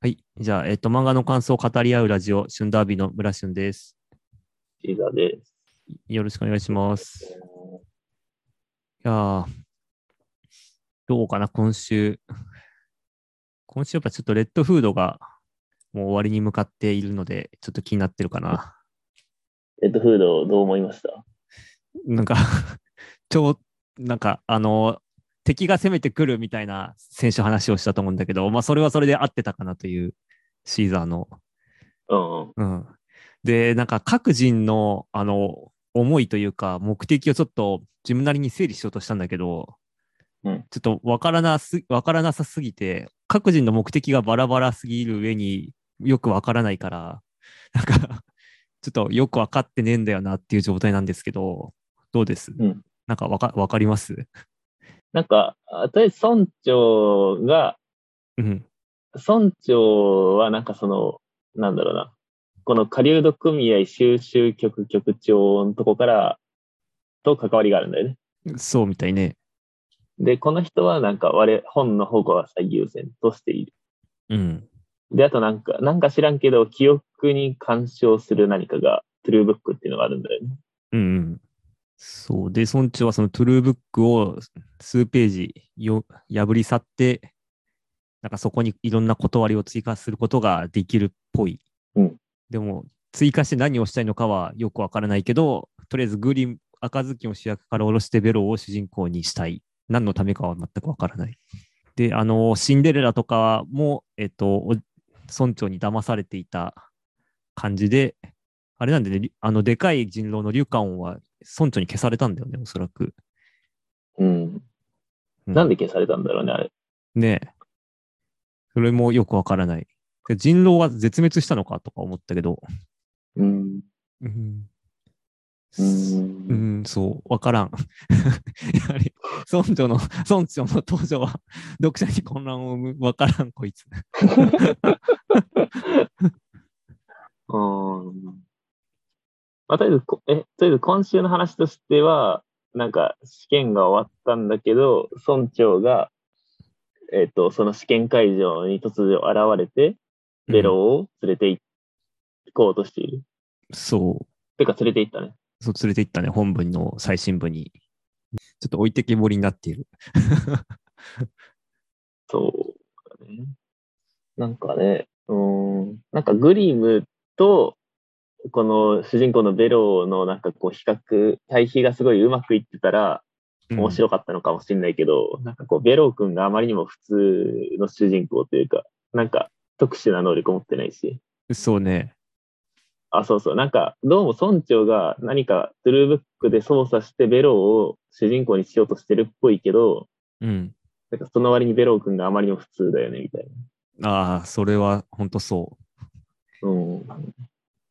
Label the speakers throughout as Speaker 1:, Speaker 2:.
Speaker 1: はい。じゃあ、えっ、と、漫画の感想を語り合うラジオ、旬ダービーの村旬です。
Speaker 2: シーザーです。
Speaker 1: よろしくお願いします。いやーどうかな、今週。今週やっぱちょっとレッドフードがもう終わりに向かっているので、ちょっと気になってるかな。
Speaker 2: レッドフードどう思いました
Speaker 1: なんか、 超、なんか、あの、敵が攻めてくるみたいな選手話をしたと思うんだけど、まあ、それはそれで合ってたかなという、シーザーの。
Speaker 2: うんうん。
Speaker 1: うん、で、なんか各人の、あの、思いというか、目的をちょっと自分なりに整理しようとしたんだけど、
Speaker 2: うん
Speaker 1: ちょっとわからなす、わからなさすぎて、各人の目的がバラバラすぎる上によくわからないから、なんか、ちょっとよくわかってねえんだよなっていう状態なんですけど、どうです、
Speaker 2: うん
Speaker 1: なんかわか、わかります
Speaker 2: なんか、私、村長が、
Speaker 1: うん。
Speaker 2: 村長はなんかその、なんだろうな、この狩人組合収集局局長のとこから、と関わりがあるんだよね。
Speaker 1: そうみたいね。
Speaker 2: で、この人はなんか我、本の方向は最優先としている。
Speaker 1: うん。
Speaker 2: で、あとなんか、なんか知らんけど、記憶に干渉する何かが、トゥルーブックっていうのがあるんだよね。
Speaker 1: うんうん。そう。で、村長はそのトゥルーブックを数ページよ破り去って、なんかそこにいろんな断りを追加することができるっぽい。
Speaker 2: うん
Speaker 1: でも、追加して何をしたいのかはよくわからないけど、とりあえずグリム、赤ずきんを主役から下ろしてベロを主人公にしたい。何のためかは全くわからない。で、あの、シンデレラとかも、えっと、お村長に騙されていた感じで、あれなんでね、りあの、でかい人狼のリュカオンは村長に消されたんだよね、おそらく。
Speaker 2: うん。
Speaker 1: うん
Speaker 2: なんで消されたんだろうね、あれ。
Speaker 1: ねえ。それもよくわからない。で人狼は絶滅したのかとか思ったけど。
Speaker 2: うん。
Speaker 1: うん。
Speaker 2: うん
Speaker 1: うん、そう、わからん。 やはり、村長の、村長の登場は、読者に混乱を生む、わからん、こいつ。
Speaker 2: うん。まあ、とりあえずこ、え、とりあえず今週の話としては、なんか試験が終わったんだけど、村長が、えっ、と、その試験会場に突如現れて、ベロを連れて行こうとしている。
Speaker 1: そ
Speaker 2: てか、連れて行ったね。
Speaker 1: う、そう連れて行ったね、本文の最新部に。ちょっと置いてけぼりになっている。
Speaker 2: そうだね。なんかね、うん、なんかグリムと、この主人公のベロのなんかこう比較、対比がすごいうまくいってたら、
Speaker 1: うん
Speaker 2: 面白かったのかもしれないけど、なんかこう、ベロー君があまりにも普通の主人公というか、なんか特殊な能力を持ってないし、
Speaker 1: そうね。
Speaker 2: あ、そうそう、なんかどうも村長が何かトゥルーブックで操作してベローを主人公にしようとしてるっぽいけど、
Speaker 1: うん。
Speaker 2: なんかその割にベロー君があまりにも普通だよね、みたい
Speaker 1: ああ、それは本当そ
Speaker 2: な。うん。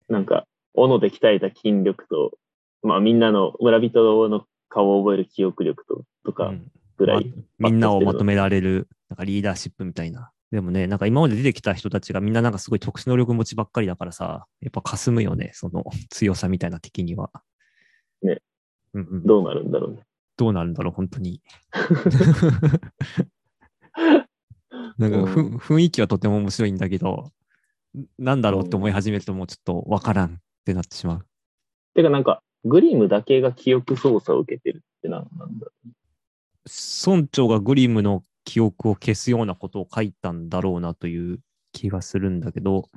Speaker 2: なんか、斧で鍛えた筋力と、まあみんなの村人の顔を覚える記憶力と、と
Speaker 1: う。
Speaker 2: か
Speaker 1: うん
Speaker 2: ぐらい。
Speaker 1: まみんなをまとめられる、なんかリーダーシップみたいな。でもね、なんか今まで出てきた人たちがみんななんかすごい特殊能力持ちばっかりだからさ、やっぱ霞むよね、その強さみたいな敵には。
Speaker 2: ね。
Speaker 1: うんうん、
Speaker 2: どうなるんだろうね。
Speaker 1: どうなるんだろう、本当 に。なんかふ
Speaker 2: うん
Speaker 1: 雰囲気はとても面白いんだけど、んなんだろうって思い始めるともうちょっとわからんってなってしまう。
Speaker 2: てかなんか、グリムだけが記憶操作を受けてるってなんなんだ
Speaker 1: 村長がグリムの記憶を消すようなことを書いたんだろうなという気がするんだけど、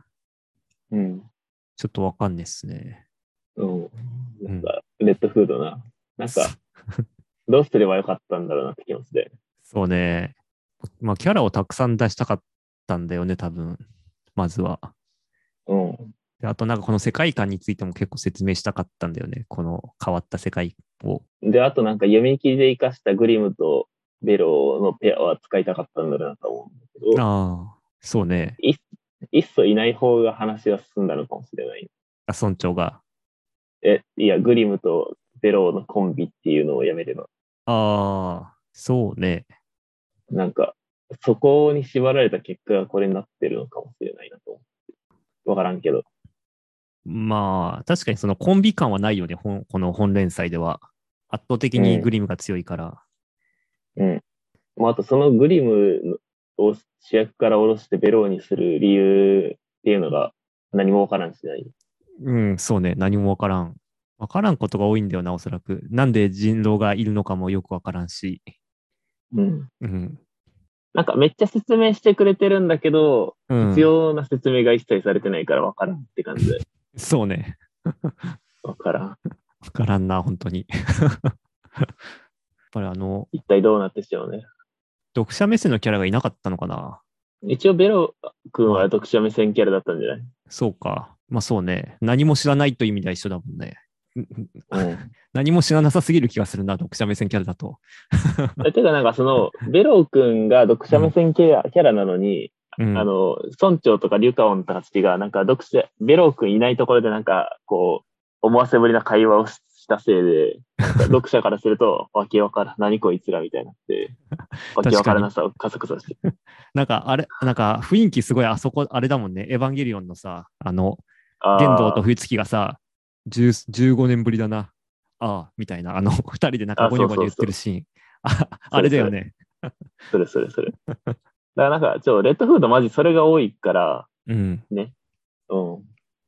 Speaker 2: うん。
Speaker 1: ちょっとわかんないっすね。
Speaker 2: うん。なんか、レッドフードな。なんか、どうすればよかったんだろうなって気持ちで。
Speaker 1: そうね。まあ、キャラをたくさん出したかったんだよね、多分。まずは。
Speaker 2: うん。
Speaker 1: であと、なんかこの世界観についても結構説明したかったんだよね。この変わった世界を。
Speaker 2: で、あとなんか、読み切りで生かしたグリムとベロのペアは使いたかったんだろうなと思うんだけど、
Speaker 1: ああ、そうね。
Speaker 2: いっそいない方が話が進んだのかもしれない。
Speaker 1: あ村長が。
Speaker 2: え、いや、グリムとベロのコンビっていうのをやめれば、
Speaker 1: ああ、そうね。
Speaker 2: なんか、そこに縛られた結果がこれになってるのかもしれないなと思って。わからんけど。
Speaker 1: まあ、確かにそのコンビ感はないよね、ほんこの本連載では。圧倒的にグリムが強いから。
Speaker 2: まあ、あとそのグリムを主役から下ろしてベローにする理由っていうのが何もわからんしない。
Speaker 1: うん、そうね、何もわからん。わからんことが多いんだよな、おそらく。なんで人狼がいるのかもよくわからんし。
Speaker 2: うん。
Speaker 1: うん。
Speaker 2: なんかめっちゃ説明してくれてるんだけど、
Speaker 1: うん、
Speaker 2: 必要な説明が一切されてないからわからんって感じで。
Speaker 1: そうね。
Speaker 2: わからん。
Speaker 1: わからんな、本当に。や っぱりあの、
Speaker 2: 一体どうなってしまうね。
Speaker 1: 読者目線のキャラがいなかったのかな。
Speaker 2: 一応ベロ君は読者目線キャラだったんじゃない
Speaker 1: そうか。まあそうね。何も知らないという意味では一緒だもんね。うん
Speaker 2: うん
Speaker 1: 何も知らなさすぎる気がするな、読者目線キャラだと。
Speaker 2: え。てかなんかその、ベロ君が読者目線キャラ,、キャラなのに、
Speaker 1: うん、
Speaker 2: あの、村長とかリュカオンたちがなんか読者、ベロ君いないところでなんかこう、思わせぶりな会話をししたせいで、なんか読者からすると、 わけわからん、何こいつらみたいにな って、わけわからなさを加速させて。
Speaker 1: なんかあれ、なんか雰囲気すごいあそこ、あれだもんね。エヴァンゲリオンのさ、あの、
Speaker 2: あー
Speaker 1: 玄道と冬月がさ、10 15年ぶりだな、ああ、みたいな、あの、2人 でなんか
Speaker 2: あ
Speaker 1: ゴニョゴニョ言ってるシーン。ああれだよね。
Speaker 2: それそれそれ。だからなんか、ちょ、レッドフードマジそれが多いから、
Speaker 1: うん。
Speaker 2: うん。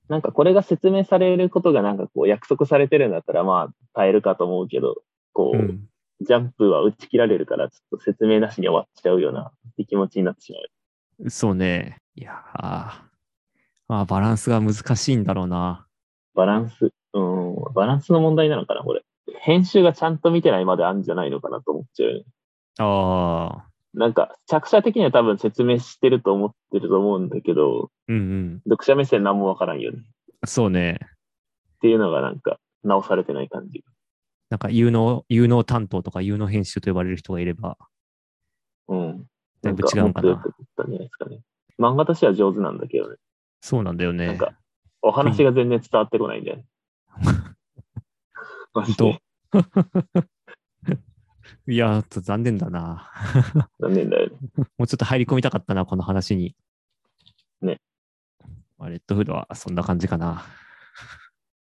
Speaker 2: なんかこれが説明されることがなんかこう約束されてるんだったらまあ耐えるかと思うけど、こ
Speaker 1: う
Speaker 2: う、
Speaker 1: ん、
Speaker 2: ジャンプは打ち切られるからちょっと説明なしに終わっちゃうようなって気持ちになってしまう。
Speaker 1: そうね。いやーまあ、バランスが難しいんだろうな。
Speaker 2: バランス、うん、バランスの問題なのかな、これ。編集がちゃんと見てないまであるんじゃないのかなと思っちゃうよね。
Speaker 1: ああ、
Speaker 2: なんか、作者的には多分説明してると思ってると思うんだけど、
Speaker 1: うんうん。
Speaker 2: 読者目線なんもわからんよね。
Speaker 1: そうね。
Speaker 2: っていうのがなんか、直されてない感じ。
Speaker 1: なんか有能、有能担当とか有能編集と呼ばれる人がいれば、
Speaker 2: うん。
Speaker 1: だいぶ違うんかな
Speaker 2: もっとよくったんじゃないですかね。漫画としては上手なんだけどね。
Speaker 1: そうなんだよ
Speaker 2: なん
Speaker 1: ね。
Speaker 2: か、お話が全然伝わってこない んだよね。 マジ
Speaker 1: と
Speaker 2: で。
Speaker 1: いやー、ちょっと残念だな。
Speaker 2: 残念だよね。
Speaker 1: もうちょっと入り込みたかったな、この話に。
Speaker 2: ね。
Speaker 1: まあ、レッドフードはそんな感じかな。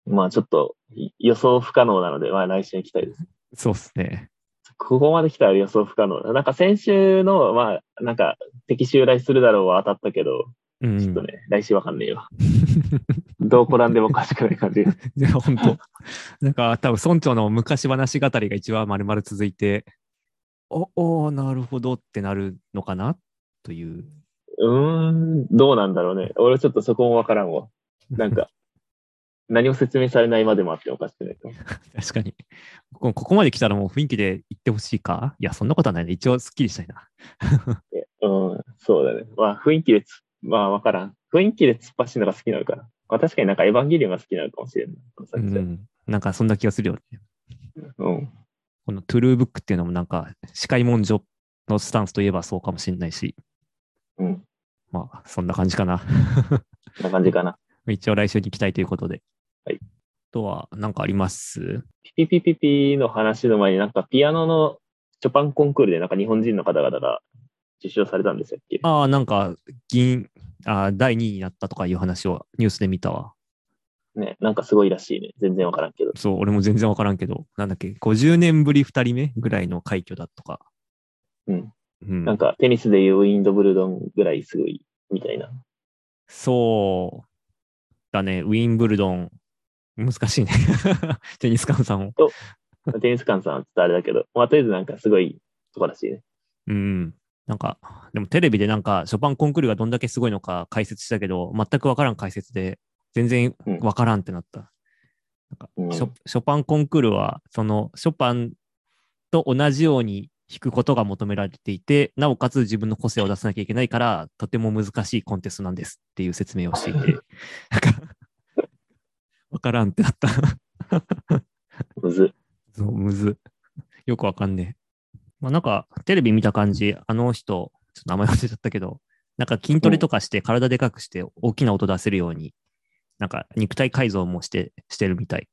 Speaker 2: まあちょっとい予想不可能なので、まあ来週に期待です。
Speaker 1: そうっすね。
Speaker 2: ここまで来たら予想不可能だ。なんか先週の、まあ、なんか、敵襲来するだろうは当たったけど、
Speaker 1: うん、
Speaker 2: ちょっとね、来週わかんねえわ。どう転んでもおかしくない感じ が。
Speaker 1: いや、本当なんか、多分村長の昔話語りが一番丸々続いて、お、おーなるほどってなるのかなという。
Speaker 2: うーん、どうなんだろうね。俺ちょっとそこもわからんわ。なん。か、何も説明されないまでもあっておかしくない。
Speaker 1: 確かに。こここまで来たらもう雰囲気で言ってほしいかいや、そんなことはないね。一応、すっきりしたいな。
Speaker 2: うん、そうだね。まあ、雰囲気でつ、まあ、わからん。雰囲気で突っ走るのが好きなのかな。まあ、確かになんかエヴァンゲリオンが好きなのかもしれんない。この
Speaker 1: う
Speaker 2: 作者
Speaker 1: ん。なんか、そんな気がするよね。
Speaker 2: うん。
Speaker 1: このトゥルーブックっていうのもなんか、司会文書のスタンスといえばそうかもしれないし、
Speaker 2: うん。
Speaker 1: まあ、そんな感じかな。
Speaker 2: こんな感じかな。
Speaker 1: 一応来週に行きたいということで。
Speaker 2: はい。
Speaker 1: あとは、なんかあります
Speaker 2: ピピピピピの話の前になんかピアノのショパンコンクールでなんか日本人の方々が受賞されたんでしたっけ
Speaker 1: ああ、なんか、銀、あー第2位になったとかいう話をニュースで見たわ。
Speaker 2: ね、なんかすごいらしいね。全然わからんけど。
Speaker 1: そう、俺も全然わからんけど、なんだっけ、50年ぶり2人目ぐらいの快挙だとか。
Speaker 2: うん。
Speaker 1: うん。
Speaker 2: なんかテニスでいうウィンドブルドンぐらいすごいみたいな。
Speaker 1: そう。だね、ウィンブルドン。難しいね。 テニスカンさんを。
Speaker 2: まあテニス館さんはちょっとあれだけど、まあとりあえずなんかすごいとこらしいね。
Speaker 1: うん。なんか、でもテレビでなんか、ショパンコンクールがどんだけすごいのか解説したけど、全くわからん解説で、全然
Speaker 2: うん
Speaker 1: わからんってなった。
Speaker 2: うん。
Speaker 1: ショショパンコンクールは、その、ショパンと同じように弾くことが求められていて、なおかつ自分の個性を出さなきゃいけないから、とても難しいコンテストなんですっていう説明をして いて、なんか、わからんってなった。
Speaker 2: むず。
Speaker 1: そう、むず。 よくわかんねえ。まあ、なんか、テレビ見た感じ、あの人、ちょっと名前忘れちゃったけど、なんか筋トレとかして体でかくして大きな音出せるように、なんか肉体改造もして、してるみたい。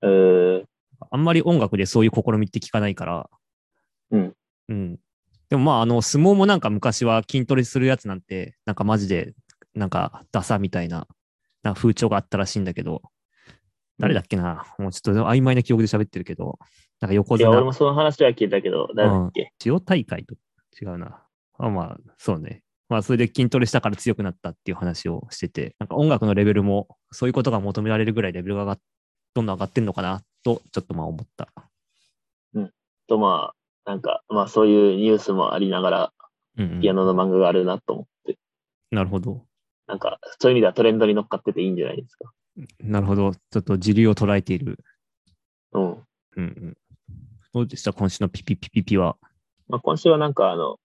Speaker 2: うーん。
Speaker 1: あんまり音楽でそういう試みって聞かないから。
Speaker 2: うん。
Speaker 1: うん。でもまあ、あの、相撲もなんか昔は筋トレするやつなんて、なんかマジで、なんかダサみたいな、なんか風潮があったらしいんだけど、誰だっけな、もうちょっと曖昧な記憶で喋ってるけど、なんか横
Speaker 2: いや、
Speaker 1: 綱
Speaker 2: 俺もその話は聞いたけど、誰だっけ、
Speaker 1: 千代大会と違うな。あまあ、そうね。まあ、それで筋トレしたから強くなったっていう話をしてて、なんか音楽のレベルも、そういうことが求められるぐらいレベルが上がっどんどん上がってんのかなと、ちょっとまあ思った。
Speaker 2: と、まあ、なんか、まあそういうニュースもありながら、
Speaker 1: うんうん
Speaker 2: ピアノの漫画があるなと思って、
Speaker 1: なるほど。
Speaker 2: なんか、そういう意味ではトレンドに乗っかってていいんじゃないですか。
Speaker 1: なるほど。ちょっと時流を捉えている。
Speaker 2: う
Speaker 1: う
Speaker 2: ん。
Speaker 1: んうん。どうでした今週のピピピピピは。
Speaker 2: まあ今週はなんか、あの、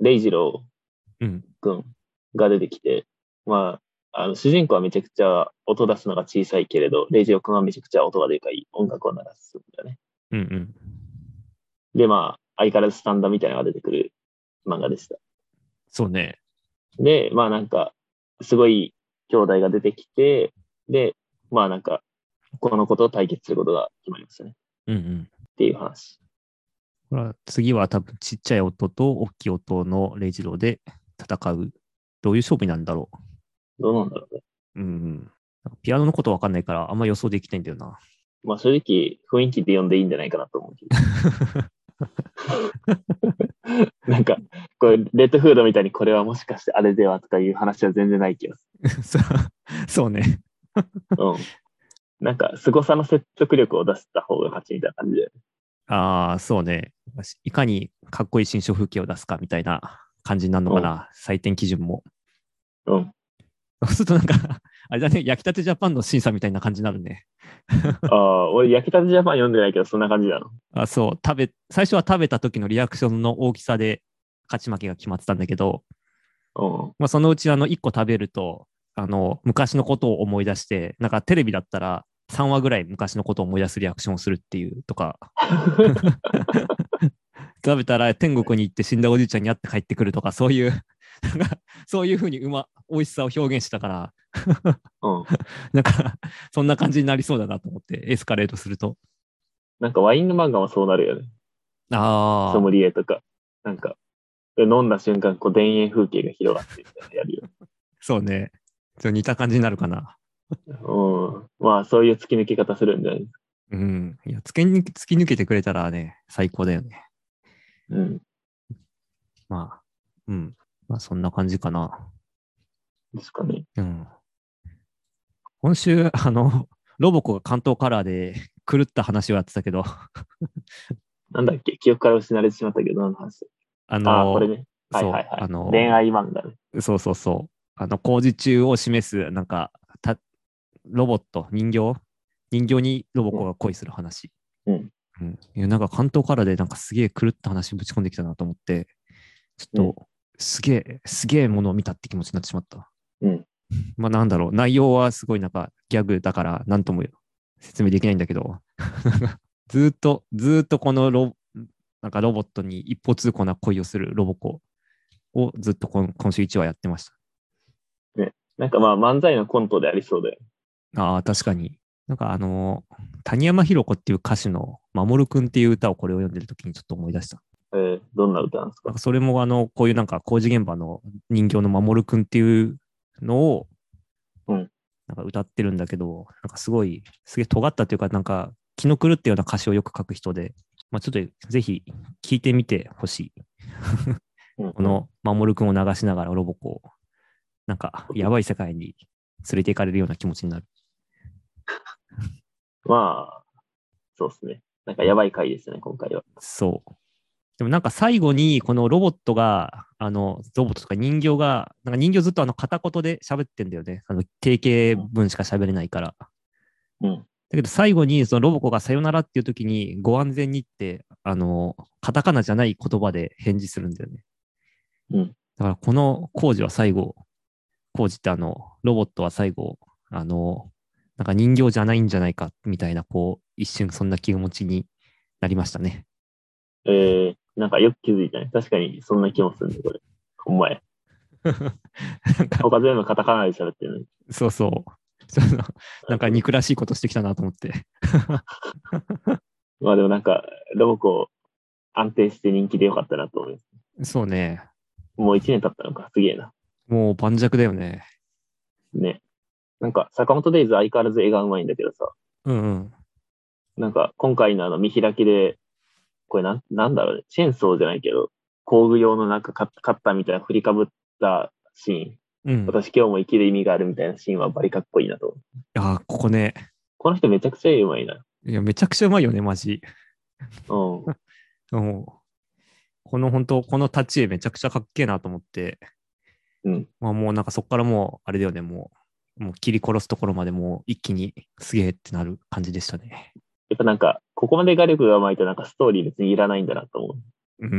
Speaker 2: レイジロー
Speaker 1: うん。
Speaker 2: くんが出てきて、まあ、あの主人公はめちゃくちゃ音出すのが小さいけれど、レイジローくんはめちゃくちゃ音がでかい音楽を鳴らすんだよね。
Speaker 1: うんうん。
Speaker 2: で、まあ、相変わらずスタンダーみたいなのが出てくる漫画でした。
Speaker 1: そうね。
Speaker 2: で、まあなんか、すごい兄弟が出てきて、で、まあなんか、このことを対決することが決まりましたね。っ
Speaker 1: うんうん。
Speaker 2: ていう話。
Speaker 1: ほら、次は多分ちっちゃい音と大きい音のレイジローで戦う。どういう勝負になるんだろ
Speaker 2: どうなんだろうね。
Speaker 1: う。うんうん。なんかピアノのことわかんないから、あんま予想できないんだよな。
Speaker 2: まあ正直、雰囲気で読んでいいんじゃないかなと思うけど。なんか、これ、レッドフードみたいにこれはもしかしてあれではとかいう話は全然ないけど。
Speaker 1: そうそうね。
Speaker 2: うん。なんか、凄さの説得力を出した方が勝ちみたいな感じで。
Speaker 1: ああ、そうね。いかにかっこいい新書風景を出すかみたいな感じになるのかな。採点基準も。
Speaker 2: うん。
Speaker 1: そうするとなんか、 あれだね、焼きたてジャパンの審査みたいな感じになるね。
Speaker 2: ああ、俺、焼きたてジャパン読んでないけど、そんな感じなの。
Speaker 1: あそう食べ、最初は食べた時のリアクションの大きさで勝ち負けが決まってたんだけど、
Speaker 2: うん。
Speaker 1: まあ、そのうちあの1個食べるとあの昔のことを思い出してなんかテレビだったら3話ぐらい昔のことを思い出すリアクションをするっていうとか食べたら天国に行って死んだおじいちゃんに会って帰ってくるとかそういうなんかそういうふうにうま美味しさを表現したから
Speaker 2: うん。
Speaker 1: なんかそんな感じになりそうだなと思ってエスカレートすると
Speaker 2: なんか、ワインの漫画もそうなるよね。
Speaker 1: あ
Speaker 2: ソムリエとか、なんか、飲んだ瞬間、こう、田園風景が広がってみたいなのやるよ。
Speaker 1: そうねちょっと似た感じになるかな。
Speaker 2: うん。まあ、そういう突き抜け方するんじゃない
Speaker 1: うん。いや、突き抜け突き抜けてくれたらね、最高だよね。
Speaker 2: うん。
Speaker 1: まあ、うん。まあ、そんな感じかな。
Speaker 2: ですかね。
Speaker 1: うん。今週、あの、ロボコが関東カラーで狂った話をやってたけど、
Speaker 2: なんだっけ記憶から失われてしまったけど、何の話
Speaker 1: あ
Speaker 2: ああー、
Speaker 1: の、
Speaker 2: これね。はい
Speaker 1: そう、
Speaker 2: はいはい。
Speaker 1: あの、
Speaker 2: 恋愛漫画ね。
Speaker 1: そうそうそう。あの、工事中を示す、なんか、たロボット、人形人形にロボコが恋する話。
Speaker 2: うん。
Speaker 1: うん、いやなんか関東からで、なんかすげえ狂った話ぶち込んできたなと思って、ちょっと、すげえ、すげえものを見たって気持ちになってしまった。
Speaker 2: うん。
Speaker 1: まあ、なんだろう、内容はすごいなんかギャグだから、なんとも説明できないんだけど、 なんかずーっと、ずーっとこのロなんかロボットに一方通行な恋をするロボコをずっと今今週1話やってました。
Speaker 2: なんかまあ、漫才のコントでありそうだよ。
Speaker 1: ああ、確かに。なんかあのー谷山ひろ子っていう歌手の「守るくん」っていう歌をこれを読んでる時にちょっと思い出した。
Speaker 2: えー、どんな歌なんです
Speaker 1: なん
Speaker 2: か
Speaker 1: かそれもあの、こういうなんか工事現場の人形の守るくんっていうのを、
Speaker 2: うん
Speaker 1: なんか歌ってるんだけど、なんかすごい、すげえ尖ったというか、なんか気の狂ったような歌詞をよく書く人で、まあちょっとぜひ聞いてみてほしい。
Speaker 2: うん
Speaker 1: この守るくんを流しながらロボコを、なんかやばい世界に連れて行かれるような気持ちになる。
Speaker 2: まあ、そうですね。なんか、やばい回ですね、今回は。
Speaker 1: そう。でもなんか最後に、このロボットが、あの、ロボットとか人形が、なんか人形ずっとあの片言で喋ってんだよね。あの、定型文しか喋れないから。だ
Speaker 2: うん。
Speaker 1: けど最後に、そのロボコがさよならっていう時に、ご安全にって、あの、カタカナじゃない言葉で返事するんだよね。
Speaker 2: うん。
Speaker 1: だからこの工事は最後、工事ってあの、ロボットは最後、あの、なんか人形じゃないんじゃないか、みたいな、こう、一瞬そんな気持ちになりましたね。
Speaker 2: えー、なんかよく気づいたね。確かに、そんな気もするね、これ。ほんまや。
Speaker 1: なんか
Speaker 2: 他全部カタカナで喋ってるのに。
Speaker 1: そうそう。そのなんか憎らしいことしてきたなと思って。
Speaker 2: まあでもなんか、ロボコ安定して人気でよかったなと思います。
Speaker 1: そうね。
Speaker 2: もう1年経ったのか、すげえな。
Speaker 1: もう盤石だよね。
Speaker 2: ね。なんか、坂本デイズ相変わらず絵がうまいんだけどさ、
Speaker 1: うんうん。
Speaker 2: なんか今回のあの見開きで、これなんなんだろうね、チェーンソーじゃないけど、工具用のなんかカッカッターみたいな振りかぶったシーン、
Speaker 1: うん。
Speaker 2: 私今日も生きる意味があるみたいなシーンはバリかっこいいなと思う。
Speaker 1: いやー、ここね。
Speaker 2: この人めちゃくちゃ絵うまいな。
Speaker 1: いや、めちゃくちゃうまいよね、マジ。
Speaker 2: うん。
Speaker 1: もう、この本当、この立ち絵めちゃくちゃかっけえなと思って、
Speaker 2: うん。
Speaker 1: まあもうなんかそっからもう、あれだよね、もう、もう切り殺すところまでもう一気にすげえってなる感じでしたね。
Speaker 2: やっぱなんか、ここまで画力がうまいとなんかストーリー別にいらないんだなと思う。
Speaker 1: うんうんう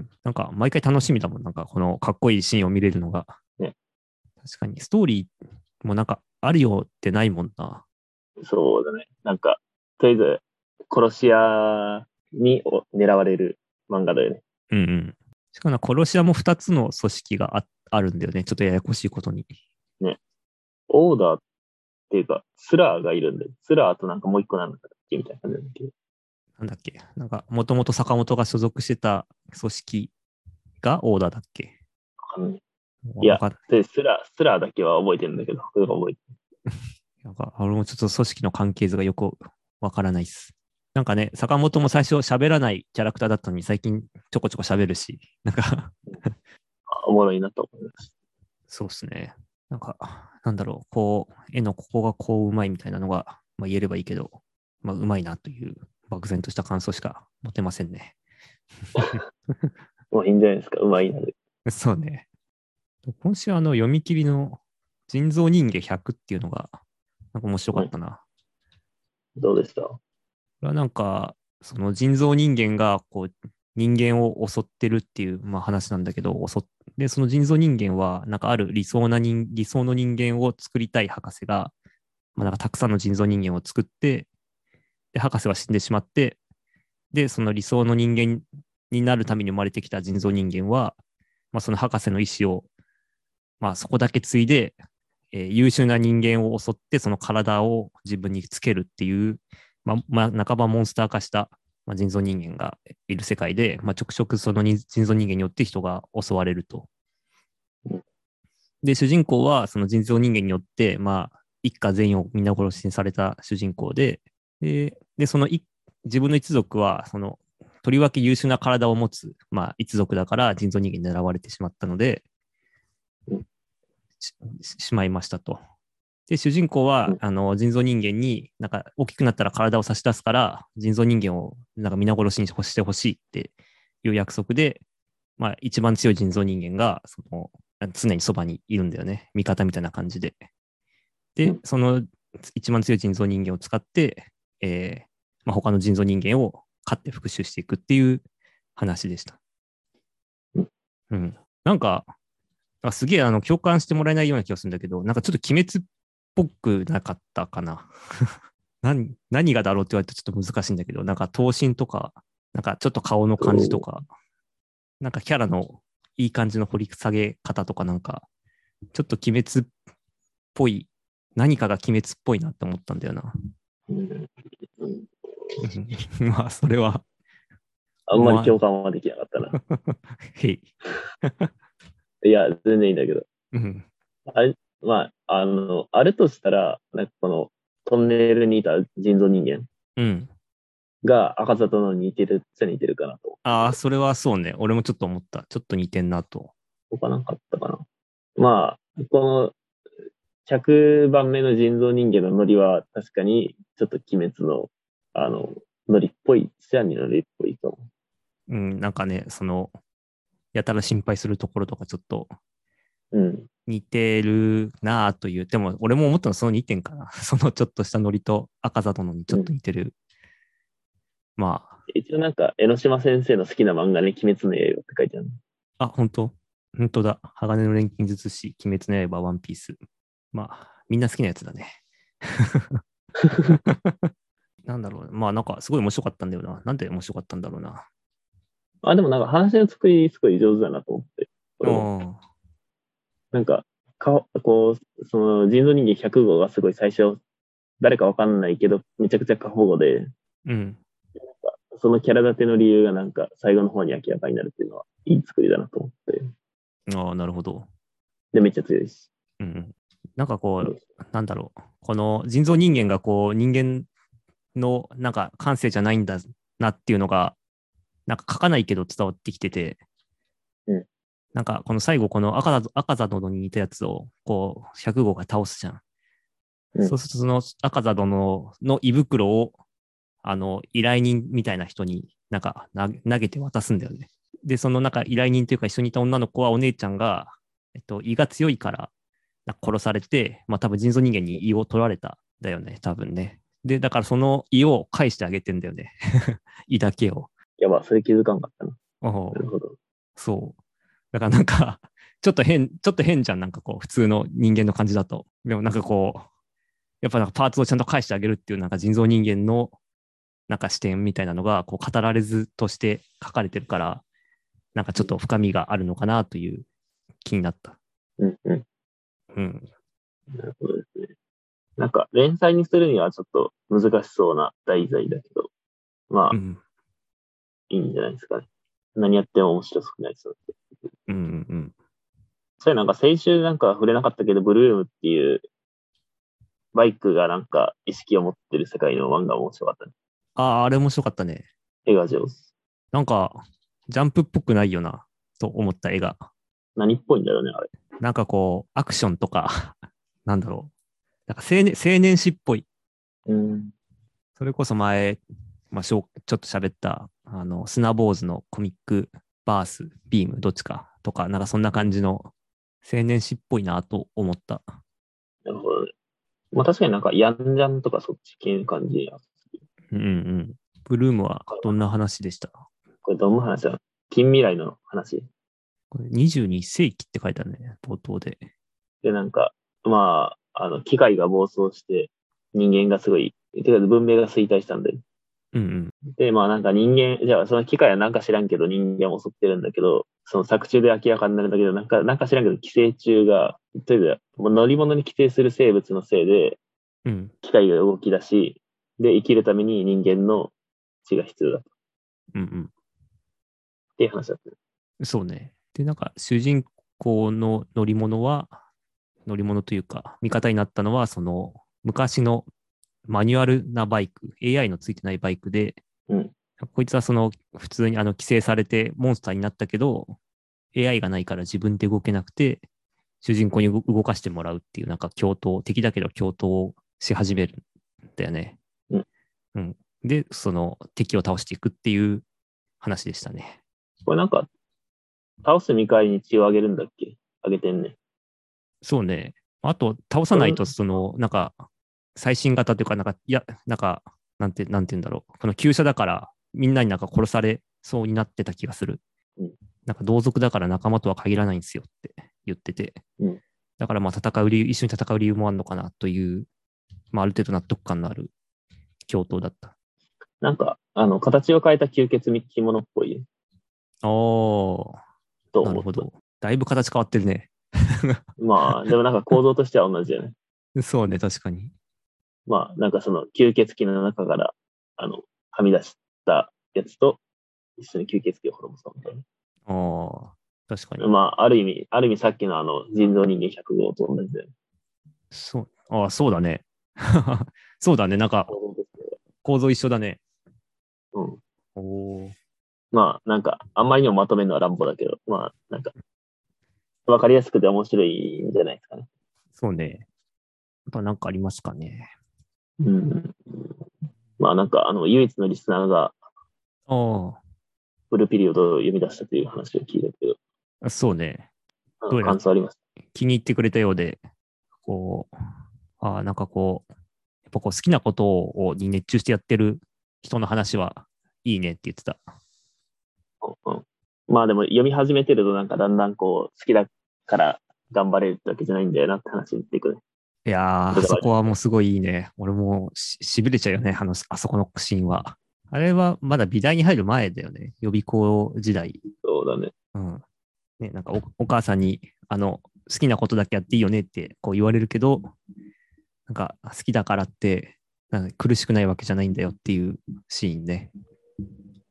Speaker 1: ん。なんか毎回楽しみだもん、なんかこのかっこいいシーンを見れるのが。
Speaker 2: ね
Speaker 1: 確かに、ストーリーもなんかあるよってないもんな。
Speaker 2: そうだね。なんか、とりあえず、殺し屋にお狙われる漫画だよね。
Speaker 1: うんうん。しかもな殺し屋も2つの組織がああるんだよね、ちょっとややこしいことに。
Speaker 2: オーダーっていうか、スラーがいるんで、スラーとなんかもう一個なんだっけみたいな感じなんだけど。
Speaker 1: なんだっけ、なんか、もともと坂本が所属してた組織がオーダーだっけ
Speaker 2: わかんない
Speaker 1: い
Speaker 2: や
Speaker 1: わかんな
Speaker 2: で、スラー、スラーだけは覚えてるんだけど、これが覚えて
Speaker 1: いなんか、俺もちょっと組織の関係図がよくわからないっす。なんかね、坂本も最初喋らないキャラクターだったのに、最近ちょこちょこ喋るし、なんか、
Speaker 2: あおもろいなと思います。
Speaker 1: そうっすね。なんか、なんだろう、こう、絵のここがこううまいみたいなのが、まあ、言えればいいけど、まあ、うまいなという、漠然とした感想しか持てませんね。
Speaker 2: もういいんじゃないですか、うまいなで。
Speaker 1: そうね。今週あの読み切りの人造人間100っていうのがなんか面白かったな。
Speaker 2: どうでした
Speaker 1: これはなんかその人造人間がこう人間を襲ってるっていう、まあ、話なんだけど襲っでその人造人間はなんかある理想な人理想の人間を作りたい博士が、まあ、なんかたくさんの人造人間を作ってで博士は死んでしまってでその理想の人間になるために生まれてきた人造人間は、まあ、その博士の意思を、まあ、そこだけ継いで、えー優秀な人間を襲ってその体を自分につけるっていうまあ、まあ、半ばモンスター化した、まあ、人造人間がいる世界で、まあ、ちょくちょくその人人造人間によって人が襲われると
Speaker 2: うん。
Speaker 1: で、主人公はその人造人間によって、まあ、一家全員を皆殺しにされた主人公で、で、でその一自分の一族は、その、とりわけ優秀な体を持つ、まあ、一族だから人造人間に狙われてしまったので
Speaker 2: うん、
Speaker 1: しししまいましたと。で、主人公は、
Speaker 2: うん
Speaker 1: あの人造人間に、なんか大きくなったら体を差し出すから、人造人間をなんか皆殺しにしてほしいっていう約束で、まあ、一番強い人造人間がその常にそばにいるんだよね。味方みたいな感じで。
Speaker 2: う
Speaker 1: で
Speaker 2: ん、
Speaker 1: その一番強い人造人間を使って、えーまあ、他の人造人間を勝って復讐していくっていう話でした
Speaker 2: うん。
Speaker 1: うん、なんか、あすげえあの共感してもらえないような気がするんだけど、なんかちょっと鬼滅っぽくなかったかな。 何何がだろうって言われるとちょっと難しいんだけど、なんか頭身とか、なんかちょっと顔の感じとか、なんかキャラのいい感じの掘り下げ方とか、なんか、ちょっと鬼滅っぽい、何かが鬼滅っぽいなって思ったんだよな。
Speaker 2: うんうん
Speaker 1: うん まあ、それは、
Speaker 2: あんまり共感はできなかったな。
Speaker 1: へい。
Speaker 2: いや、全然いいんだけど。
Speaker 1: うん。
Speaker 2: あれ、まあ、あの、あるとしたら、なんかこの、トンネルにいた人造人間
Speaker 1: うん。
Speaker 2: が赤座との似てるっちゃ似てるかなと。
Speaker 1: ああ、それはそうね。俺もちょっと思った。ちょっと似てんなと。
Speaker 2: 他なんかあったかな。まあ、この、100番目の人造人間のノリは、確かに、ちょっと鬼滅の、あの、ノリっぽい、シャンにノリっぽいと思
Speaker 1: うん、なんかね、その、やたら心配するところとかちょっと
Speaker 2: う。うん。
Speaker 1: 似てるなあという。でも、俺も思ったのはその2点かな。 そのちょっとしたノリと赤座殿にちょっと似てる。ま
Speaker 2: 一応なんか、江ノ島先生の好きな漫画に、鬼滅の刃って書いてある。
Speaker 1: あ、あ、本当本当だ。鋼の錬金術師、鬼滅の刃、ワンピース。まあ、みんな好きなやつだ ね。 なんだろう。まあ、なんかすごい面白かったんだよな。なんで面白かったんだろうな。
Speaker 2: あ、でもなんか話の作り、すごい上手だなと思って。俺も
Speaker 1: うん
Speaker 2: なんか、顔、こう、その人造人間100号がすごい最初、誰かわかんないけど、めちゃくちゃ過保護で、
Speaker 1: うん。
Speaker 2: そのキャラ立ての理由がなんか最後の方に明らかになるっていうのは、いい作りだなと思って。
Speaker 1: ああ、なるほど。
Speaker 2: で、めっちゃ強いし。
Speaker 1: うんうん。なんかこう、なんだろう。この人造人間がこう、人間のなんか感性じゃないんだなっていうのが、なんか書かないけど伝わってきてて、なんか、この最後、この赤座赤座殿に似たやつを、こう、百号が倒すじゃん。
Speaker 2: うん
Speaker 1: そうすると、その赤座殿の胃袋を、あの、依頼人みたいな人になんかな投げて渡すんだよね。で、そのなんか依頼人というか一緒にいた女の子はお姉ちゃんが、えっと、胃が強いから、なんか殺されて、まあ多分人造人間に胃を取られたんだよね、多分ね。で、だからその胃を返してあげてんだよね。 胃だけを。
Speaker 2: いやば、それ気づかんかったな。
Speaker 1: おう
Speaker 2: なるほど。
Speaker 1: そう。だからなんか、ちょっと変、ちょっと変じゃん、なんかこう、普通の人間の感じだと。でもなんかこう、やっぱなんかパーツをちゃんと返してあげるっていう、なんか人造人間の、なんか視点みたいなのが、こう、語られずとして書かれてるから、なんかちょっと深みがあるのかなという気になった。
Speaker 2: うんうん。
Speaker 1: うん。
Speaker 2: なるほどですね。なんか、連載にするにはちょっと難しそうな題材だけど、まあ、
Speaker 1: うん。
Speaker 2: いいんじゃないですかね。何やっても面白くないですよ。
Speaker 1: うんうんうん。
Speaker 2: それなんか先週なんか触れなかったけど、ブルームっていう、バイクがなんか意識を持ってる世界の漫画面白かったね。
Speaker 1: ああ、あれ面白かったね。
Speaker 2: 絵が上手。
Speaker 1: なんか、ジャンプっぽくないよな、と思った絵が。
Speaker 2: 何っぽいんだろうね、あれ。
Speaker 1: なんかこう、アクションとか、 なんだろう。なんか青年、青年誌っぽい。
Speaker 2: うん。
Speaker 1: それこそ前、まあ、しょうちょっと喋った、あの、スナボーズのコミック、バース、ビーム、どっちかとか、なんかそんな感じの青年誌っぽいなと思った。
Speaker 2: なるほどね。まあ確かになんか、ヤンジャンとかそっち系の感じや。
Speaker 1: うんうん。ブルームはどんな話でした
Speaker 2: これどんな話だろう近未来の話。
Speaker 1: これ ?22 世紀って書いてあるね、冒頭で。
Speaker 2: で、なんか、まあ、あの、機械が暴走して、人間がすごい、てか文明が衰退したんで。
Speaker 1: うんうん。
Speaker 2: で、まあなんか人間、じゃあその機械はなんか知らんけど人間を襲ってるんだけど、その作中で明らかになるんだけど、なんか、なんか知らんけど寄生虫が、とりあえずもう乗り物に寄生する生物のせいで、
Speaker 1: うん。
Speaker 2: 機械が動き出し、で、生きるために人間の血が必要だっ
Speaker 1: うんうん。
Speaker 2: ていう話だった。
Speaker 1: そうね。で、なんか、主人公の乗り物は、乗り物というか、味方になったのは、その、昔のマニュアルなバイク、AI のついてないバイクで、
Speaker 2: うん
Speaker 1: こいつはその、普通にあの規制されてモンスターになったけど、AI がないから自分で動けなくて、主人公に動動かしてもらうっていう、なんか共闘、敵だけど共闘をし始めるんだよね。
Speaker 2: うん。
Speaker 1: うん。で、その敵を倒していくっていう話でしたね。
Speaker 2: これなんか、倒す見返りに血をあげるんだっけあげてんね。
Speaker 1: そうね。あと、倒さないと、
Speaker 2: うん
Speaker 1: その、なんか、最新型というか、なんか、いや、なんか、なんて、なんて言うんだろう。この旧車だから、みんなになんか殺されそうになってた気がする
Speaker 2: うん。
Speaker 1: なんか、同族だから仲間とは限らないんですよって言ってて
Speaker 2: うん。
Speaker 1: だから、まあ、戦う理由、一緒に戦う理由もあるのかなという、まあ、ある程度納得感のある共闘だった。
Speaker 2: なんか、あの、形を変えた吸血ミッキーものっぽい
Speaker 1: お
Speaker 2: と
Speaker 1: ー、なる
Speaker 2: 思っ
Speaker 1: ほ
Speaker 2: た。
Speaker 1: ど。だいぶ形変わってるね。
Speaker 2: まあ、でもなんか構造としては同じじゃない。
Speaker 1: そうね、確かに。
Speaker 2: まあ、なんかその吸血鬼の中から、あの、はみ出したやつと、一緒に吸血鬼を滅ぼすみたい
Speaker 1: あー、確かに
Speaker 2: な。。まあ、ある意味、ある意味さっきのあの、人造人間100号と同じだよね。
Speaker 1: そう。ああ、そうだね。 そうだね。なんか、
Speaker 2: 構造として
Speaker 1: 構造一緒だね。
Speaker 2: はうん。
Speaker 1: おお。
Speaker 2: まあ、なんか、あんまりにもまとめるのは乱暴だけど、まあ、なんか、わかりやすくて面白いんじゃないですかね。
Speaker 1: そうね。あとなんかありますかね。
Speaker 2: うん。まあ、なんか、あの、唯一のリスナーが、
Speaker 1: あ
Speaker 2: フルピリオドを読み出したという話を聞いたけど、
Speaker 1: あ、そうね。
Speaker 2: あ
Speaker 1: どう
Speaker 2: の
Speaker 1: やら
Speaker 2: 感想あります
Speaker 1: 気に入ってくれたようで、こう、ああ、なんかこう、やっぱこう好きなことをに熱中してやってる人の話はいいねって言ってた。
Speaker 2: うんまあでも読み始めてるとなんかだんだんこう好きだから頑張れるってわけじゃないんだよなって話になっていくね。
Speaker 1: いやー、
Speaker 2: そうだ
Speaker 1: そこはもうすごいいいね。俺もうししびれちゃうよね、あの、あそこのシーンは。あれはまだ美大に入る前だよね。予備校時代。
Speaker 2: そうだね。
Speaker 1: うん。ね、なんかおお母さんに、あの、好きなことだけやっていいよねってこう言われるけど、なんか好きだからって、なんか苦しくないわけじゃないんだよっていうシーンね。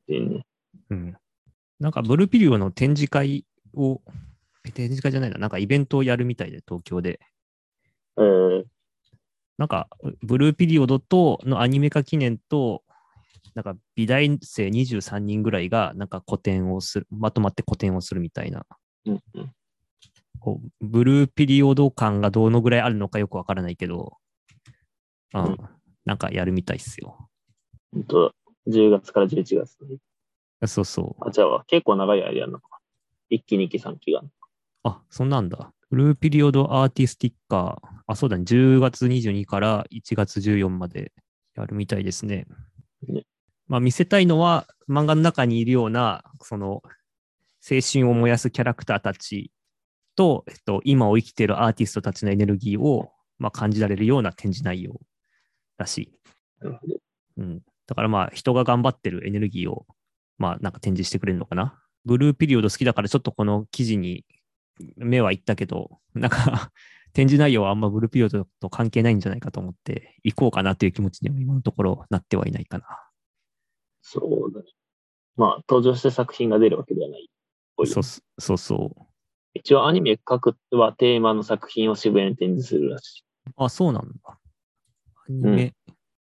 Speaker 2: いいね
Speaker 1: うん。なんかブルーピリオの展示会を、え展示会じゃないな、なんかイベントをやるみたいで、東京で。
Speaker 2: えー
Speaker 1: なんか、ブルーピリオドとのアニメ化記念と、なんか美大生23人ぐらいが、なんか個展をする、まとまって個展をするみたいな
Speaker 2: うんうん。
Speaker 1: こうブルーピリオド感がどのぐらいあるのかよくわからないけど、うん
Speaker 2: うん
Speaker 1: なんかやるみたいっすよ。
Speaker 2: 本当だ。10月から11月の
Speaker 1: そうそう。
Speaker 2: あ、じゃあ結構長い間やるのか。1期、2期、3期が。
Speaker 1: あ、そんなんだ。ブルーピリオドアーティスティッカー。あ、そうだね。10月22から1月14までやるみたいですね。
Speaker 2: ね
Speaker 1: まあ見せたいのは漫画の中にいるような、その、青春を燃やすキャラクターたちと、えっと、今を生きているアーティストたちのエネルギーを、まあ、感じられるような展示内容らしい。
Speaker 2: なるほど。
Speaker 1: うん、だからまあ人が頑張ってるエネルギーをまあなんか展示してくれるのかな。ブルーピリオド好きだからちょっとこの記事に目はいったけど、なんか 展示内容はあんまブルーピリオドと関係ないんじゃないかと思って行こうかなという気持ちには今のところなってはいないかな。
Speaker 2: そうだね。まあ、登場して作品が出るわけではない。
Speaker 1: そうすそうそう。
Speaker 2: 一応アニメ各はテーマの作品を渋谷に展示するらしい。
Speaker 1: あ、そうなんだ。アニメ、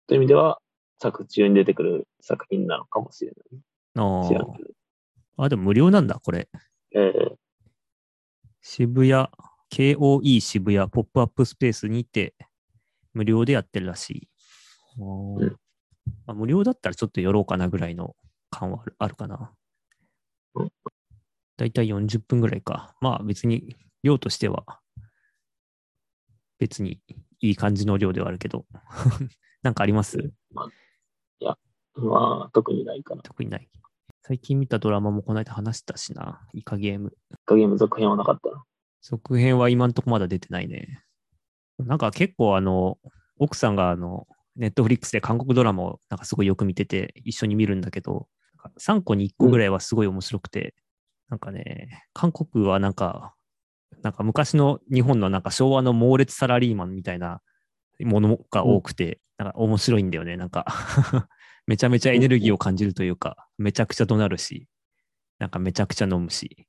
Speaker 2: という意味では、作中に出てくる作品なのかもしれない。
Speaker 1: あ
Speaker 2: 知らんけ
Speaker 1: ああ、でも無料なんだ、これ。
Speaker 2: ど。えー
Speaker 1: 渋谷、KOE 渋谷ポップアップスペースにて無料でやってるらしい。
Speaker 2: うん
Speaker 1: まあ、無料だったらちょっと寄ろうかなぐらいの感はあるあるかな
Speaker 2: うん。
Speaker 1: だいたい40分ぐらいか。まあ別に量としては別にいい感じの量ではあるけど。 なんかあります
Speaker 2: まあ、特にないかな。
Speaker 1: 特にない。最近見たドラマもこの間話したしな。イカゲーム。
Speaker 2: ゲーム続編はなかったな。
Speaker 1: 続編は今んとこまだ出てないね。なんか結構あの、奥さんがあの、ネットフリックスで韓国ドラマをなんかすごいよく見てて、一緒に見るんだけど、3個に1個ぐらいはすごい面白くて、なんかね、韓国はなんか、なんか昔の日本のなんか昭和の猛烈サラリーマンみたいなものが多くて、なんか面白いんだよね、なんか。 めちゃめちゃエネルギーを感じるというか、めちゃくちゃ怒鳴るし、なんかめちゃくちゃ飲むし、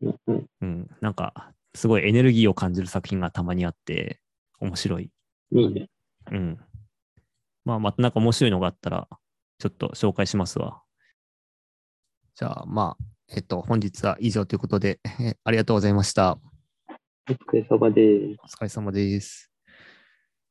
Speaker 2: うんうん。
Speaker 1: うん、なんか、すごいエネルギーを感じる作品がたまにあって、面白い。
Speaker 2: いいね。
Speaker 1: うん。まあ、またなんか面白いのがあったら、ちょっと紹介しますわ。じゃあ、まあ、えっと、本日は以上ということで、えありがとうございました。
Speaker 2: お疲れ様です。
Speaker 1: お疲れ様です。